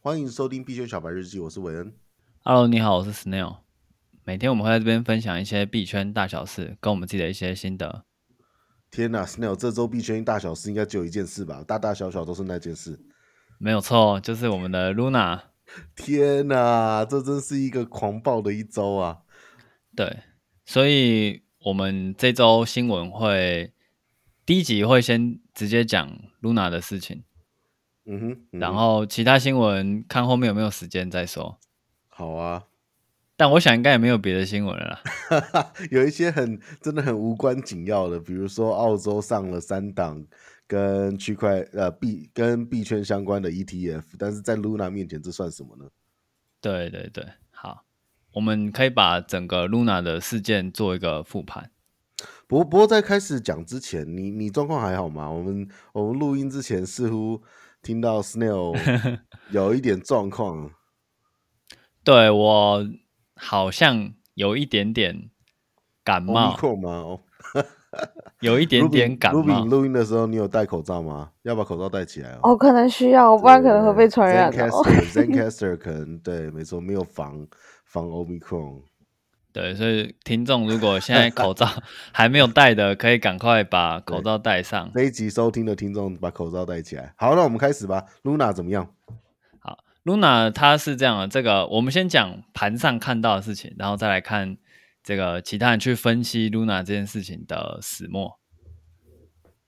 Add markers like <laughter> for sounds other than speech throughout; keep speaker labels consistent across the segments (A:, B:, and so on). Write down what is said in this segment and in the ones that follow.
A: 欢迎收听币圈小白日记，我是韦恩。
B: Hello，你好，我是 Snail。每天我们会在这边分享一些币圈大小事，跟我们自己的一些心得。
A: 天呐 s n a i l 这周币圈大小事应该只有一件事吧？大大小小都是那件事。
B: 没有错，就是我们的 Luna。
A: 天呐，这真是一个狂暴的一周啊！
B: 对，所以我们这周新闻会第一集会先直接讲 Luna 的事情，
A: 嗯哼，嗯哼
B: 然后其他新闻看后面有没有时间再说。
A: 好啊， <laughs>
B: 但我想应该也没有别的新闻了啦。
A: 有一些很真的很无关紧要的，比如说澳洲上了三档跟区块呃币跟币圈相关的 ETF，但是在 Luna 面前这算什么呢？
B: 对对对，好，我们可以把整个 Luna 的事件做一个复盘。
A: 不不过在开始讲之前，你你状况还好吗？我们我们录音之前似乎听到
B: <laughs>
A: Snail 有一点状况，
B: 对我好像有一点点感冒，
A: 扣吗？哦，
B: 有一点点感
A: Ruby
B: 冒。
A: 录音的时候，你有戴口罩吗？要把口罩戴起来哦。
C: 哦，可能需要，不然可能会被传染的、哦。 <laughs>
A: Zencaster，Zencaster 可能对，没错，没有防防 Omicron。
B: 对，所以听众如果现在口罩 <laughs> 还没有戴的，可以赶快把口罩戴上。
A: 这一集收听的听众把口罩戴起来。好，那我们开始吧。Luna 怎么样？
B: Luna 她是这样的，这个我们先讲盘上看到的事情，然后再来看这个其他人去分析 Luna 这件事情的始末。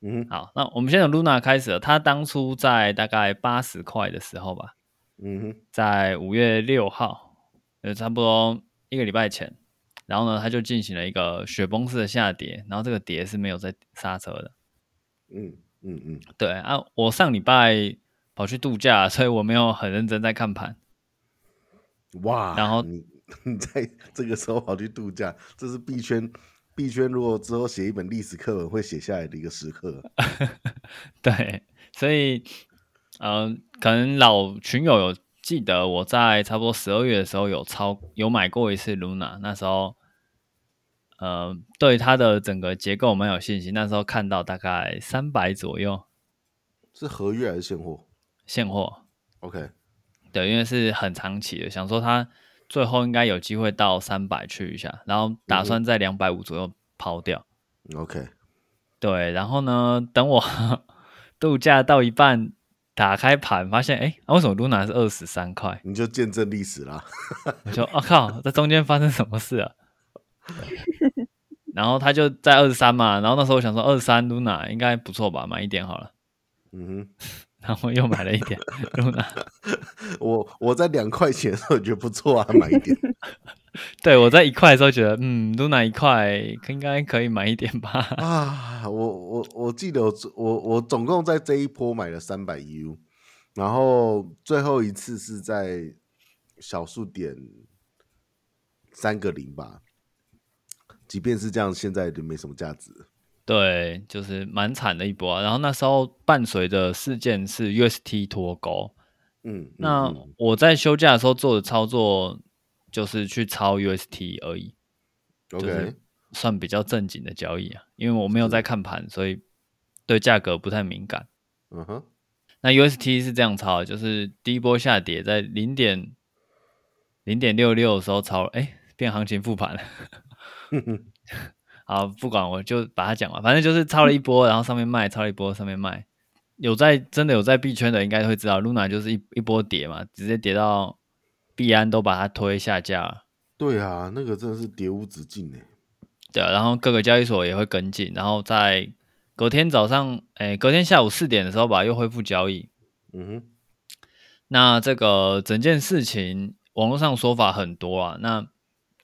A: 嗯哼，
B: 好，那我们先从 Luna 开始了，她当初在大概八十块的时候吧，
A: 嗯哼，
B: 在五月六号，呃，差不多一个礼拜前，然后呢，它就进行了一个雪崩式的下跌，然后这个跌是没有在刹车的。
A: 嗯嗯嗯，
B: 对啊，我上礼拜跑去度假，所以我没有很认真在看盘。
A: 哇！
B: 然后
A: 你 <laughs> 你在这个时候跑去度假，这是币圈币圈如果之后写一本历史课文会写下来的一个时刻。 <laughs>
B: 对，所以，呃，可能老群友有记得我在差不多十二月的时候有超有买过一次 Luna，那时候，呃，对它的整个结构蛮有信心，那时候看到大概三百左右
A: 是合约还是现货
B: 现货，
A: ？OK，嗯
B: 对，因为是很长期的，想说它最后应该有机会到三百去一下，然后打算在两百五左右抛掉。
A: OK，
B: 对，然后呢，等我 <laughs> 度假到一半，打开盘发现，哎、啊为什么 Luna 是二十三块？
A: 你就见证历史啦。
B: 我就，我、靠，这中间发生什么事啊？ <laughs> 然后他就在二十三嘛，然后那时候我想说二十三 Luna 应该不错吧，买一点好了，
A: 嗯
B: 然后又买了一点 Luna。 <laughs>
A: 哼，我我在两块钱的时候觉得不错啊，买一点。
B: 对我在一块的时候觉得，嗯，Luna 一块应该可以买一点吧。
A: <laughs> 啊，我我我记得我我我总共在这一波买了三百 U，然后最后一次是在小数点三个零吧。即便是这样，现在就没什么价值。
B: 对，就是蛮惨的一波、啊。然后那时候伴随着事件是 UST 脱钩，
A: 嗯，
B: 那
A: 嗯
B: 我在休假的时候做的操作就是去抄 UST 而已，
A: 嗯
B: 就
A: OK，
B: 是算比较正经的交易啊，因为我没有在看盘，所以对价格不太敏感。
A: 嗯哼，
B: 那 UST 是这样抄的，就是第一波下跌在零点零点六六的时候抄了，哎，变行情复盘了。好，不管我就把它讲完，反正就是抄了一波，然后上面卖，抄了一波上面卖。有在真的有在币圈的应该会知道，Luna 就是一一波跌嘛，直接跌到币安都把它推下架了。
A: 对啊，那个真的是别无止境哎、
B: 对啊，然后各个交易所也会跟进，然后在隔天早上，哎，隔天下午四点的时候吧，又恢复交易。
A: 嗯哼，
B: 那这个整件事情，网络上说法很多啊。那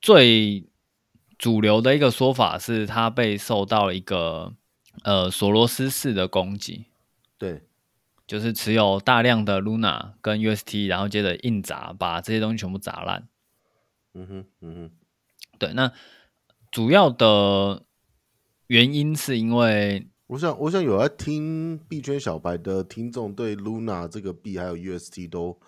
B: 最主流的一个说法是，他被受到了一个呃索罗斯式的攻击，
A: 对，
B: 就是持有大量的 Luna 跟 UST，然后接着硬砸，把这些东西全部砸烂。
A: 嗯哼，嗯哼，
B: 对，那主要的原因是因为
A: 我想，我想有在听币圈小白的听众对 Luna 这个币还有 UST 都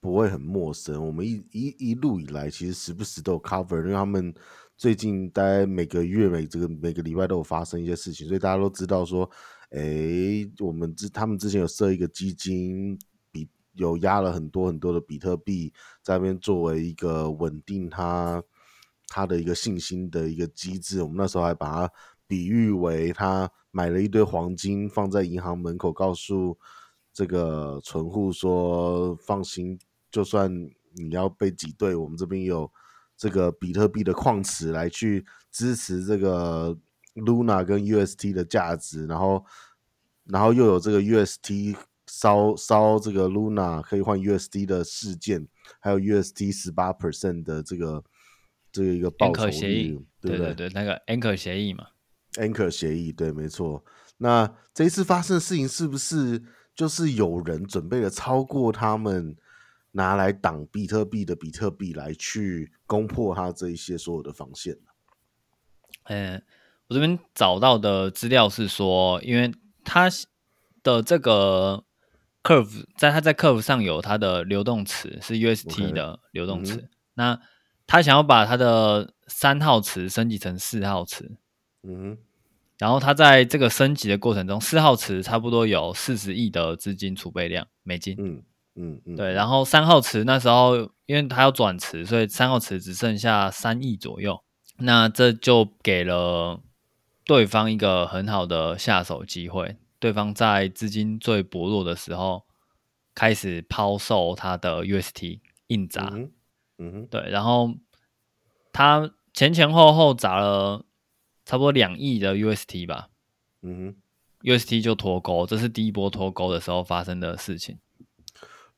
A: 不会很陌生。我们一一一路以来，其实时不时都有 cover，因为他们最近大概每个月、每这个每个礼拜都有发生一些事情，所以大家都知道说，诶，我们之他们之前有设一个基金，比有压了很多很多的比特币在那边作为一个稳定它它的一个信心的一个机制。我们那时候还把它比喻为他买了一堆黄金放在银行门口，告诉这个存户说：“放心，就算你要被挤兑，我们这边有这个比特币的矿池来去支持这个 Luna 跟 UST 的价值，然后然后又有这个 UST 烧烧这个 Luna 可以换 UST 的事件，还有 UST 十八 percent 的这个这个一个报酬
B: Anchor 协
A: 率
B: 议，，
A: 对不
B: 对对，那个 Anchor 协议嘛，
A: Anchor 协议，对，没错。那这一次发生的事情是不是就是有人准备了超过他们拿来挡比特币的比特币，来去攻破它这一些所有的防线？
B: 嗯，我这边找到的资料是说，因为它的这个 curve 在它在 curve 上有它的流动池是
A: OK，
B: UST 的流动池
A: 嗯
B: 那他想要把它的三号池升级成四号池，
A: 嗯
B: 然后它在这个升级的过程中，四号池差不多有四十亿的资金储备量美金
A: 哼，，嗯嗯嗯，
B: 对，然后三号池那时候因为它要转池，所以三号池只剩下三亿左右。那这就给了对方一个很好的下手机会。对方在资金最薄弱的时候开始抛售他的 UST 硬砸，
A: 嗯哼嗯哼，
B: 对，然后他前前后后砸了差不多两亿的 UST 吧
A: 嗯哼。
B: ，UST 就脱钩，这是第一波脱钩的时候发生的事情。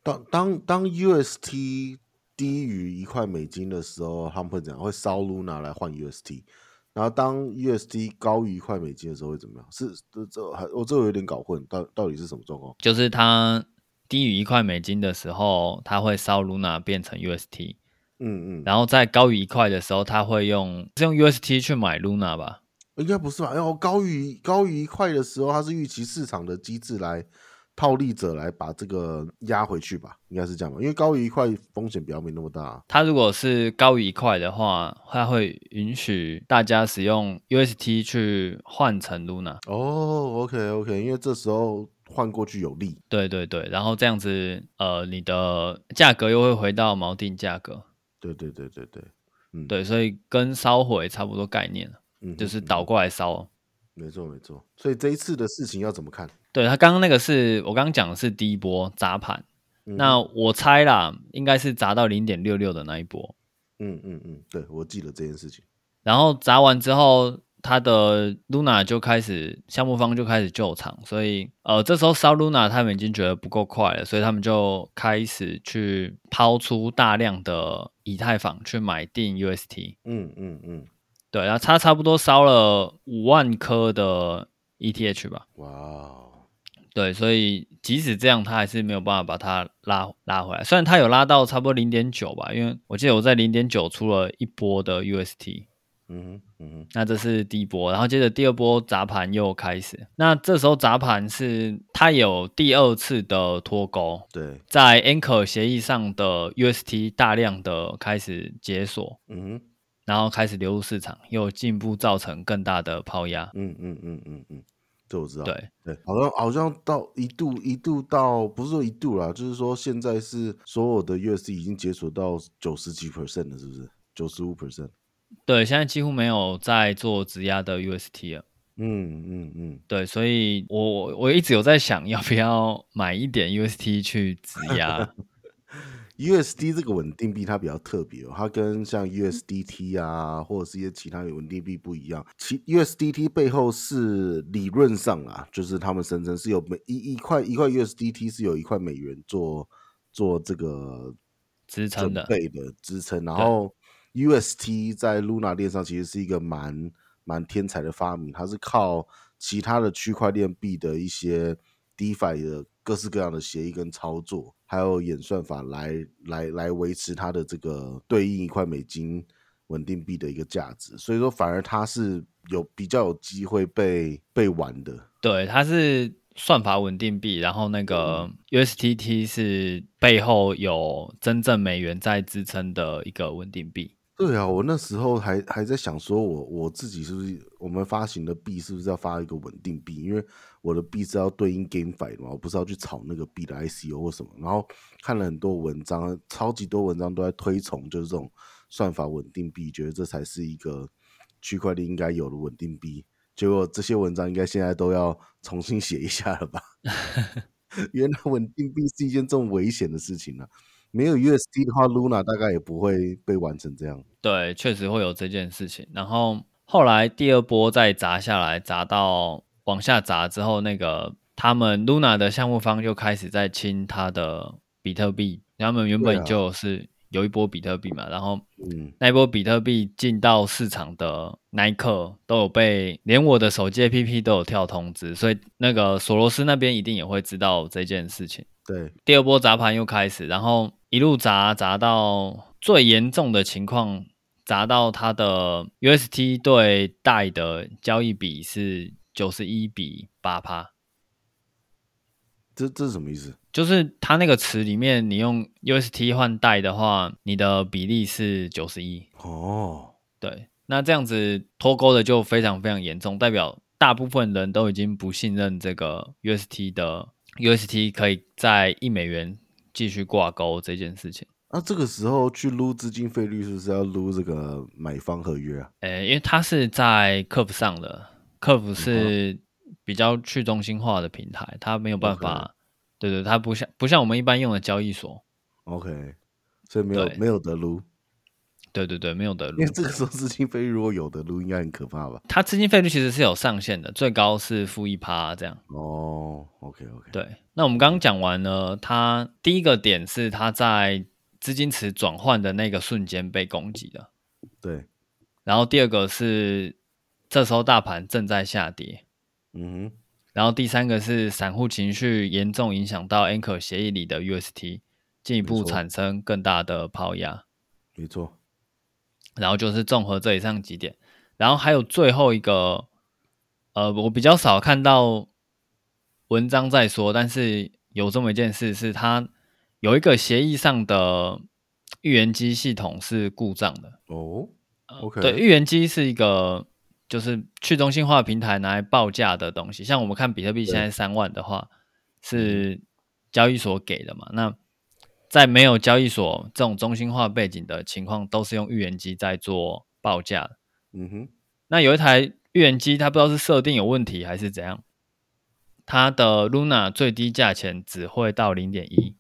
A: 当当当 UST 低于一块美金的时候，他们会怎样？会烧 Luna 来换 UST。然后当 UST 高于一块美金的时候会怎么样？是这这还我这我有点搞混，到到底是什么状况？
B: 就是它低于一块美金的时候，它会烧 Luna 变成 UST，
A: 嗯嗯，
B: 然后在高于一块的时候，它会用是用 UST 去买 Luna 吧？
A: 应该不是吧？要高于高于一块的时候，它是预期市场的机制来套利者来把这个压回去吧？应该是这样吧？因为高于一块风险比较没那么大啊、
B: 它如果是高于一块的话，它会允许大家使用 UST 去换成 Luna。
A: 哦，OK OK，因为这时候换过去有利。
B: 对对对，然后这样子，呃，你的价格又会回到锚定价格。
A: 对对对对对，嗯，，
B: 对，所以跟烧毁差不多概念，
A: 嗯哼，
B: 就
A: 嗯
B: 是
A: 哼
B: 倒过来烧。
A: 没错没错，所以这一次的事情要怎么看？
B: 对，它刚刚那个是我刚刚讲的是第一波砸盘。
A: 嗯
B: 那我猜啦，应该是砸到零点六六的那一波，
A: 嗯嗯嗯，对我记得这件事情。
B: 然后砸完之后，它的 Luna 就开始项目方就开始救场，所以呃，这时候烧 Luna 他们已经觉得不够快了，所以他们就开始去抛出大量的以太坊去买定 UST，
A: 嗯嗯嗯，
B: 对，然后它差不多烧了五万颗的 ETH 吧，
A: 哇哦，
B: 对，所以即使这样，他还是没有办法把它拉拉回来。虽然他有拉到差不多零点九吧，因为我记得我在零点九出了一波的 UST，
A: 嗯哼嗯哼，
B: 那这是第一波，然后接着第二波砸盘又开始。那这时候砸盘是它有第二次的脱钩，
A: 对，
B: 在 Anchor 协议上的 UST 大量的开始解锁，
A: 嗯哼
B: 然后开始流入市场，又进一步造成更大的抛压。
A: 嗯嗯嗯嗯嗯，这我知道。
B: 对，
A: 对，好像好像到一度一度到不是说一度啦，就是说现在是所有的 USD 已经解锁到九十几 percent 了，是不是？九十五 percent。
B: 对，现在几乎没有在做质押的 UST 了。
A: 嗯嗯嗯，
B: 对，所以我我我一直有在想，要不要买一点 UST 去质
A: <laughs>
B: 押？
A: USD 这个稳定币它比较特别、哦，它跟像 USDT 啊，或者是一些其他有稳定币不一样。其 USDT 背后是理论上啊，就是他们声称是有每一一块一块 USDT 是有一块美元做做这个
B: 支撑
A: 准
B: 的，
A: 备的支撑，然后 UST 在 Luna 链上其实是一个蛮蛮天才的发明，它是靠其他的区块链币的一些 DeFi 的各式各样的协议跟操作，还有演算法来来来维持它的这个对应一块美金稳定币的一个价值，所以说反而它是有比较有机会被被玩的，
B: 对，它是算法稳定币，然后那个
A: 嗯
B: USDT 是背后有真正美元在支撑的一个稳定币。
A: 对啊，我那时候还还在想说我，我自己是不是我们发行的币是不是要发一个稳定币？因为我的币是要对应 GameFi 的嘛，我不是要去炒那个币的 ICO 或什么。然后看了很多文章，超级多文章都在推崇就是这种算法稳定币，觉得这才是一个区块链应该有的稳定币。结果这些文章应该现在都要重新写一下了吧？ <laughs> 原来稳定币是一件这么危险的事情啊！没有 USD 的话，Luna 大概也不会被玩成这样。
B: 对，确实会有这件事情。然后后来第二波再砸下来，砸到往下砸之后，那个他们 Luna 的项目方就开始在清他的比特币。他们原
A: 对
B: 本
A: 啊
B: 就是有一波比特币嘛，然后
A: 嗯，
B: 那一波比特币进到市场的那一刻，都有被连我的手机 APP 都有跳通知，所以那个索罗斯那边一定也会知道这件事情。
A: 对，
B: 第二波砸盘又开始，然后一路砸砸到最严重的情况，砸到它的 UST 对贷的交易比是九十一比八趴，
A: 这这是什么意思？
B: 就是它那个词里面，你用 UST 换贷的话，你的比例是九十一。
A: 哦，
B: 对，那这样子脱钩的就非常非常严重，代表大部分人都已经不信任这个 UST 的 UST 可以在一美元继续挂钩这件事情。
A: 那、啊这个时候去撸资金费率是不是要撸这个买方合约啊？
B: 诶，因为它是在 Curve 上的，Curve
A: 嗯
B: 是比较去中心化的平台，它没有办
A: OK
B: 法，对对，它不像不像我们一般用的交易所，
A: OK，所以没有
B: 对
A: 没有得撸，
B: 对对对，没有的
A: 因为
B: 路。
A: 这个时候资金费率如果有得撸，应该很可怕吧？
B: 它资金费率其实是有上限的，最高是负一趴这样。
A: 哦，OK OK，
B: 对，那我们刚刚讲完了，它第一个点是它在资金池转换的那个瞬间被攻击的，
A: 对，
B: 然后第二个是这时候大盘正在下跌，
A: 嗯哼，
B: 然后第三个是散户情绪严重影响到 Anchor 协议里的 UST，进一
A: 没
B: 步
A: 错
B: 产生更大的抛压，
A: 没错，
B: 然后就是综合这以上几点，然后还有最后一个，呃，我比较少看到文章在说，但是有这么一件事是，它有一个协议上的预言机系统是故障的。
A: 哦，OK，
B: 呃对，预言机是一个就是去中心化平台拿来报价的东西，像我们看比特币现在三万的
A: 嗯
B: 话是交易所给的嘛，那在没有交易所这种中心化背景的情况，都是用预言机在做报价的。
A: 嗯哼，
B: 那有一台预言机，它不知道是设定有问题还是怎样，它的 Luna 最低价钱只会到零点一。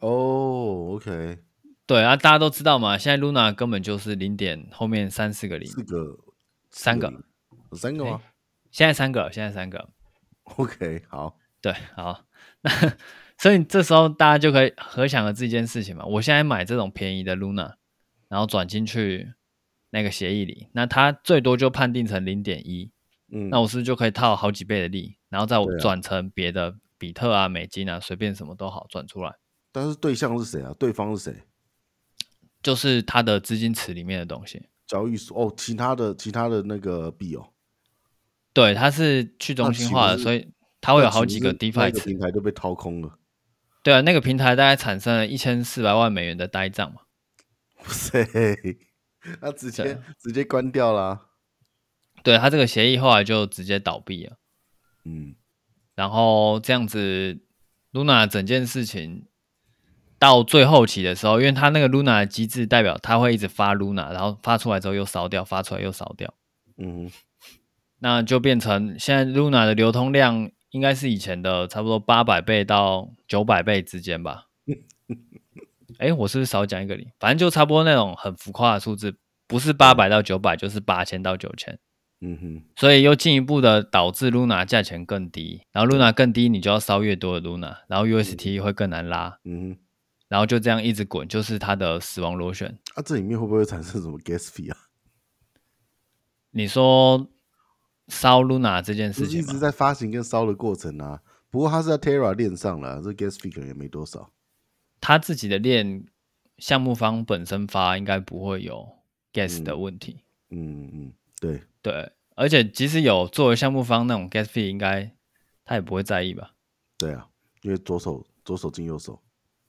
A: 哦，OK，
B: 对啊，大家都知道嘛，现在 Luna 根本就是零点后面三四个零，
A: 四个，
B: 三个，
A: 有三个吗
B: 现在三个，现在三个，
A: ？OK，好，
B: 对，好，那所以这时候大家就可以可想而知一件事情嘛，我现在买这种便宜的 Luna，然后转进去那个协议里，那它最多就判定成零点一，
A: 嗯，
B: 那我是不是就可以套好几倍的利，然后再我
A: 对啊
B: 转成别的比特啊、美金啊，随便什么都好转出来，
A: 但是对象是谁啊？对方是谁？
B: 就是它的资金池里面的东西。
A: 交易所哦，其他的其他的那个币哦，
B: 对，它是去中心
A: 那
B: 化
A: 岂不
B: 的，
A: 是
B: 所以它会有
A: 那岂
B: 好
A: 不
B: 几
A: 是
B: 个
A: 那
B: DeFi
A: 个
B: 池。
A: 平台都被掏空了。 <laughs>
B: 对啊，那个平台大概产生了一千四百万美元的呆账嘛。
A: 哇塞，那直
B: 对
A: 接
B: 啊
A: 直接关掉啦。
B: 对，它这个协议后来就直接倒闭了。
A: 嗯，
B: 然后这样子，Luna 整件事情到最后期的时候，因为它那个 Luna 的机制代表它会一直发 Luna，然后发出来之后又烧掉，发出来又烧掉，
A: 嗯哼，
B: 那就变成现在 Luna 的流通量应该是以前的差不多八百倍到九百倍之间吧。哎，我是不是少讲一个零？反正就差不多那种很浮夸的数字，不是八百到九百，就是八千到九千。
A: 嗯哼，
B: 所以又进一步的导致 Luna 价钱更低，然后 Luna 更低，你就要烧越多的 Luna，然后 UST 会更难拉，
A: 嗯哼，
B: 然后就这样一直滚，就是它的死亡螺旋。
A: 啊，这里面会不会产生什么 gas fee 啊？
B: 你说烧 Luna 这件
A: 就是
B: 事
A: 一
B: 情
A: 直
B: 吗？
A: 在发行跟烧的过程啊。不过它是在 Terra 链上了，这 gas fee 可能也没多少。
B: 他自己的链项目方本身发应该不会有 gas
A: 嗯
B: 的问题，
A: 嗯嗯，对，
B: 对，而且即使有作为项目方那种 gas fee，应该他也不会在意吧？
A: 对啊，因为左手左手进右手，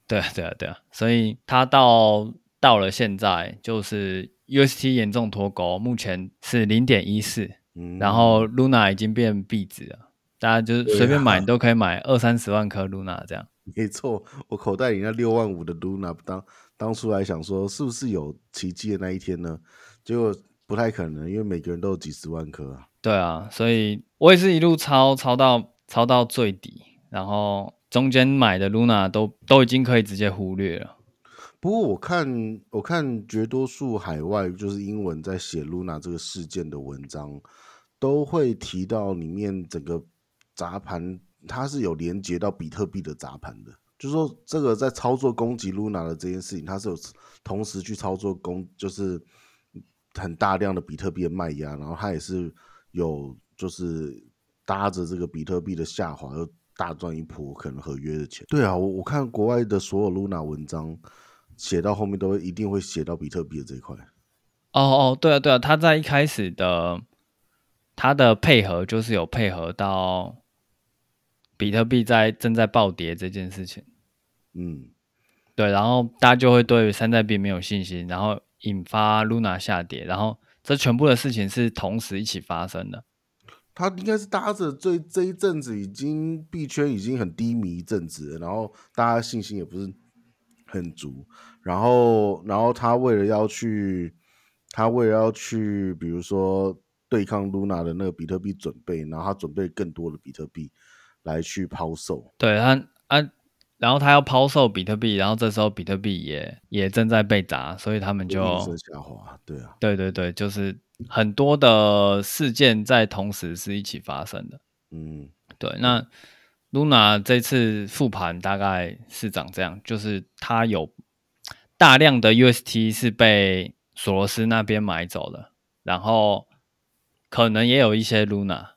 B: 对啊，对啊，对啊，所以它到到了现在，就是 UST 严重脱钩，目前是零点一四，
A: 嗯，
B: 然后 Luna 已经变币值了，大家就是随便买，你都可以买二三十万颗 Luna 这样。
A: 没错，我口袋里那六万五的 Luna 当当初还想说是不是有奇迹的那一天呢？结果不太可能，因为每个人都有几十万颗啊。
B: 对啊，所以我也是一路抄抄到抄到最底，然后中间买的 Luna 都都已经可以直接忽略了。
A: 不过我看我看绝多数海外就是英文在写 Luna 这个事件的文章，都会提到里面整个砸盘，它是有连接到比特币的砸盘的。就是说，这个在操作攻击 Luna 的这件事情，它是有同时去操作攻，就是很大量的比特币的卖压，然后它也是有就是搭着这个比特币的下滑，又大赚一波可能合约的钱。对啊，我我看国外的所有 Luna 文章。写到后面都一定会写到比特币的这一块。
B: 哦哦，对啊对啊，他在一开始的他的配合就是有配合到比特币在正在暴跌这件事情。
A: 嗯，
B: 对，然后大家就会对山寨币没有信心，然后引发 Luna 下跌，然后这全部的事情是同时一起发生的。
A: 他应该是搭着最这一阵子已经币圈已经很低迷一阵子，然后大家信心也不是。很足，然后，然后他为了要去，他为了要去，比如说对抗 Luna 的那个比特币准备，然后他准备更多的比特币来去抛售。
B: 对他啊，然后他要抛售比特币，然后这时候比特币也也正在被砸，所以他们就
A: 下滑。对啊，
B: 对对对，就是很多的事件在同时是一起发生的。
A: 嗯，
B: 对，那。Luna 这次复盘大概是长这样，就是它有大量的 UST 是被索罗斯那边买走了，然后可能也有一些 Luna，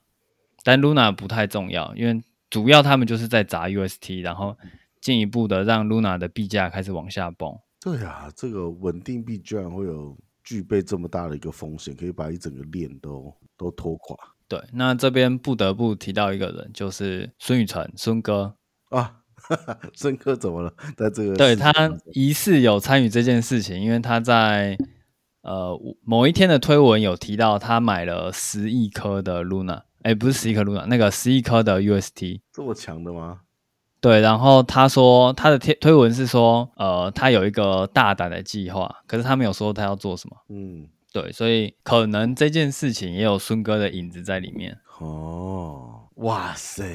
B: 但 Luna 不太重要，因为主要他们就是在砸 UST，然后进一步的让 Luna 的币价开始往下崩。
A: 对啊，这个稳定币居然会有具备这么大的一个风险，可以把一整个链都都拖垮。
B: 对，那这边不得不提到一个人，就是孙宇晨，孙哥
A: 啊， <laughs> 孙哥怎么了？在这个
B: 对他疑似有参与这件事情，因为他在呃某一天的推文有提到，他买了十亿颗的 Luna，哎，不是十亿颗 Luna，那个十亿颗的 UST，
A: 这么强的吗？
B: 对，然后他说他的推推文是说，呃，他有一个大胆的计划，可是他没有说他要做什么，
A: 嗯。
B: 对，所以可能这件事情也有孙哥的影子在里面
A: 哦。哇塞！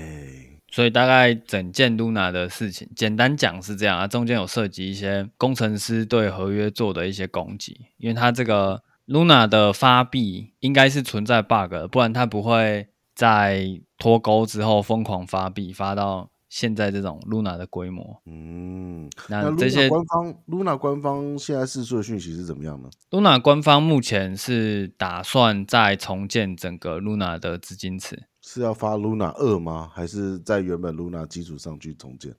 B: 所以大概整件 Luna 的事情，简单讲是这样啊，中间有涉及一些工程师对合约做的一些攻击，因为它这个 Luna 的发币应该是存在 bug，的不然它不会在脱钩之后疯狂发币，发到现在这种 Luna 的规模。
A: 嗯，
B: 那
A: 那
B: 这
A: Luna
B: 些
A: 官方 Luna 官方现在释出的讯息是怎么样呢？
B: Luna 官方目前是打算在重建整个 Luna 的资金池。
A: 是要发 Luna 二吗？还是在原本 Luna 基础上去重建？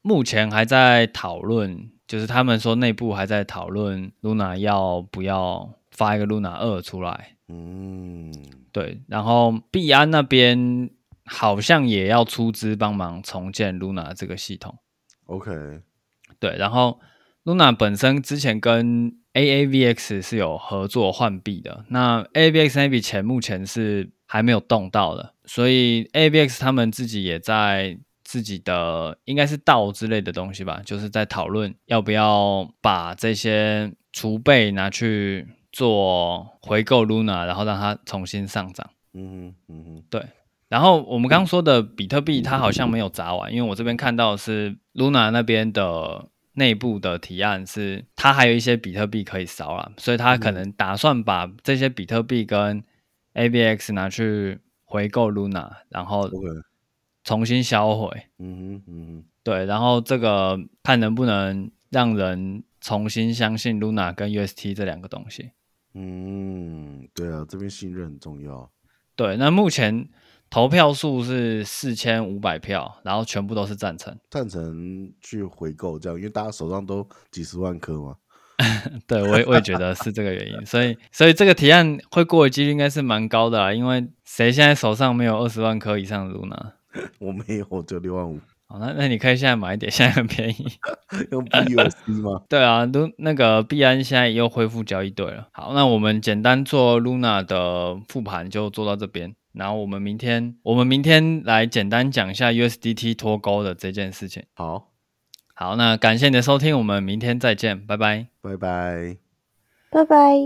B: 目前还在讨论，就是他们说内部还在讨论 Luna 要不要发一个 Luna 二出来。
A: 嗯，
B: 对，然后币安那边好像也要出资帮忙重建 Luna 这个系统。
A: OK，
B: 对，然后 Luna 本身之前跟 AAVX 是有合作换币的，那 AAVX 那笔钱目前是还没有动到的，所以 AAVX 他们自己也在自己的应该是道之类的东西吧，就是在讨论要不要把这些储备拿去做回购 Luna，然后让它重新上涨。
A: 嗯哼嗯哼，
B: 对，然后我们刚刚说的比特币，它好像没有砸完，因为我这边看到的是 Luna 那边的内部的提案是，它还有一些比特币可以烧了，所以它可能打算把这些比特币跟 ABX 拿去回购 Luna，然后
A: OK
B: 重新销毁。
A: 嗯哼嗯哼，
B: 对，然后这个看能不能让人重新相信 Luna 跟 UST 这两个东西。
A: 嗯，对啊，这边信任很重要。
B: 对，那目前投票数是四千五百票，然后全部都是赞成。
A: 赞成去回购这样，因为大家手上都几十万颗嘛。
B: 对，我也我也觉得是这个原因，所以所以这个提案会过的几率应该是蛮高的啊啦，因为谁现在手上没有二十万颗以上的 Luna？
A: 我没有，就六万五，
B: 哦，那那你可以现在买一点，现在很便宜。
A: 用 BUSD 吗？
B: 对啊，都那个币安现在又恢复交易对了。好，那我们简单做 Luna 的复盘就做到这边。然后我们明天，我们明天来简单讲一下 USDT 脱钩的这件事情。
A: 好，
B: 好，那感谢你的收听，我们明天再见，拜拜。
A: 拜拜。
C: 拜拜。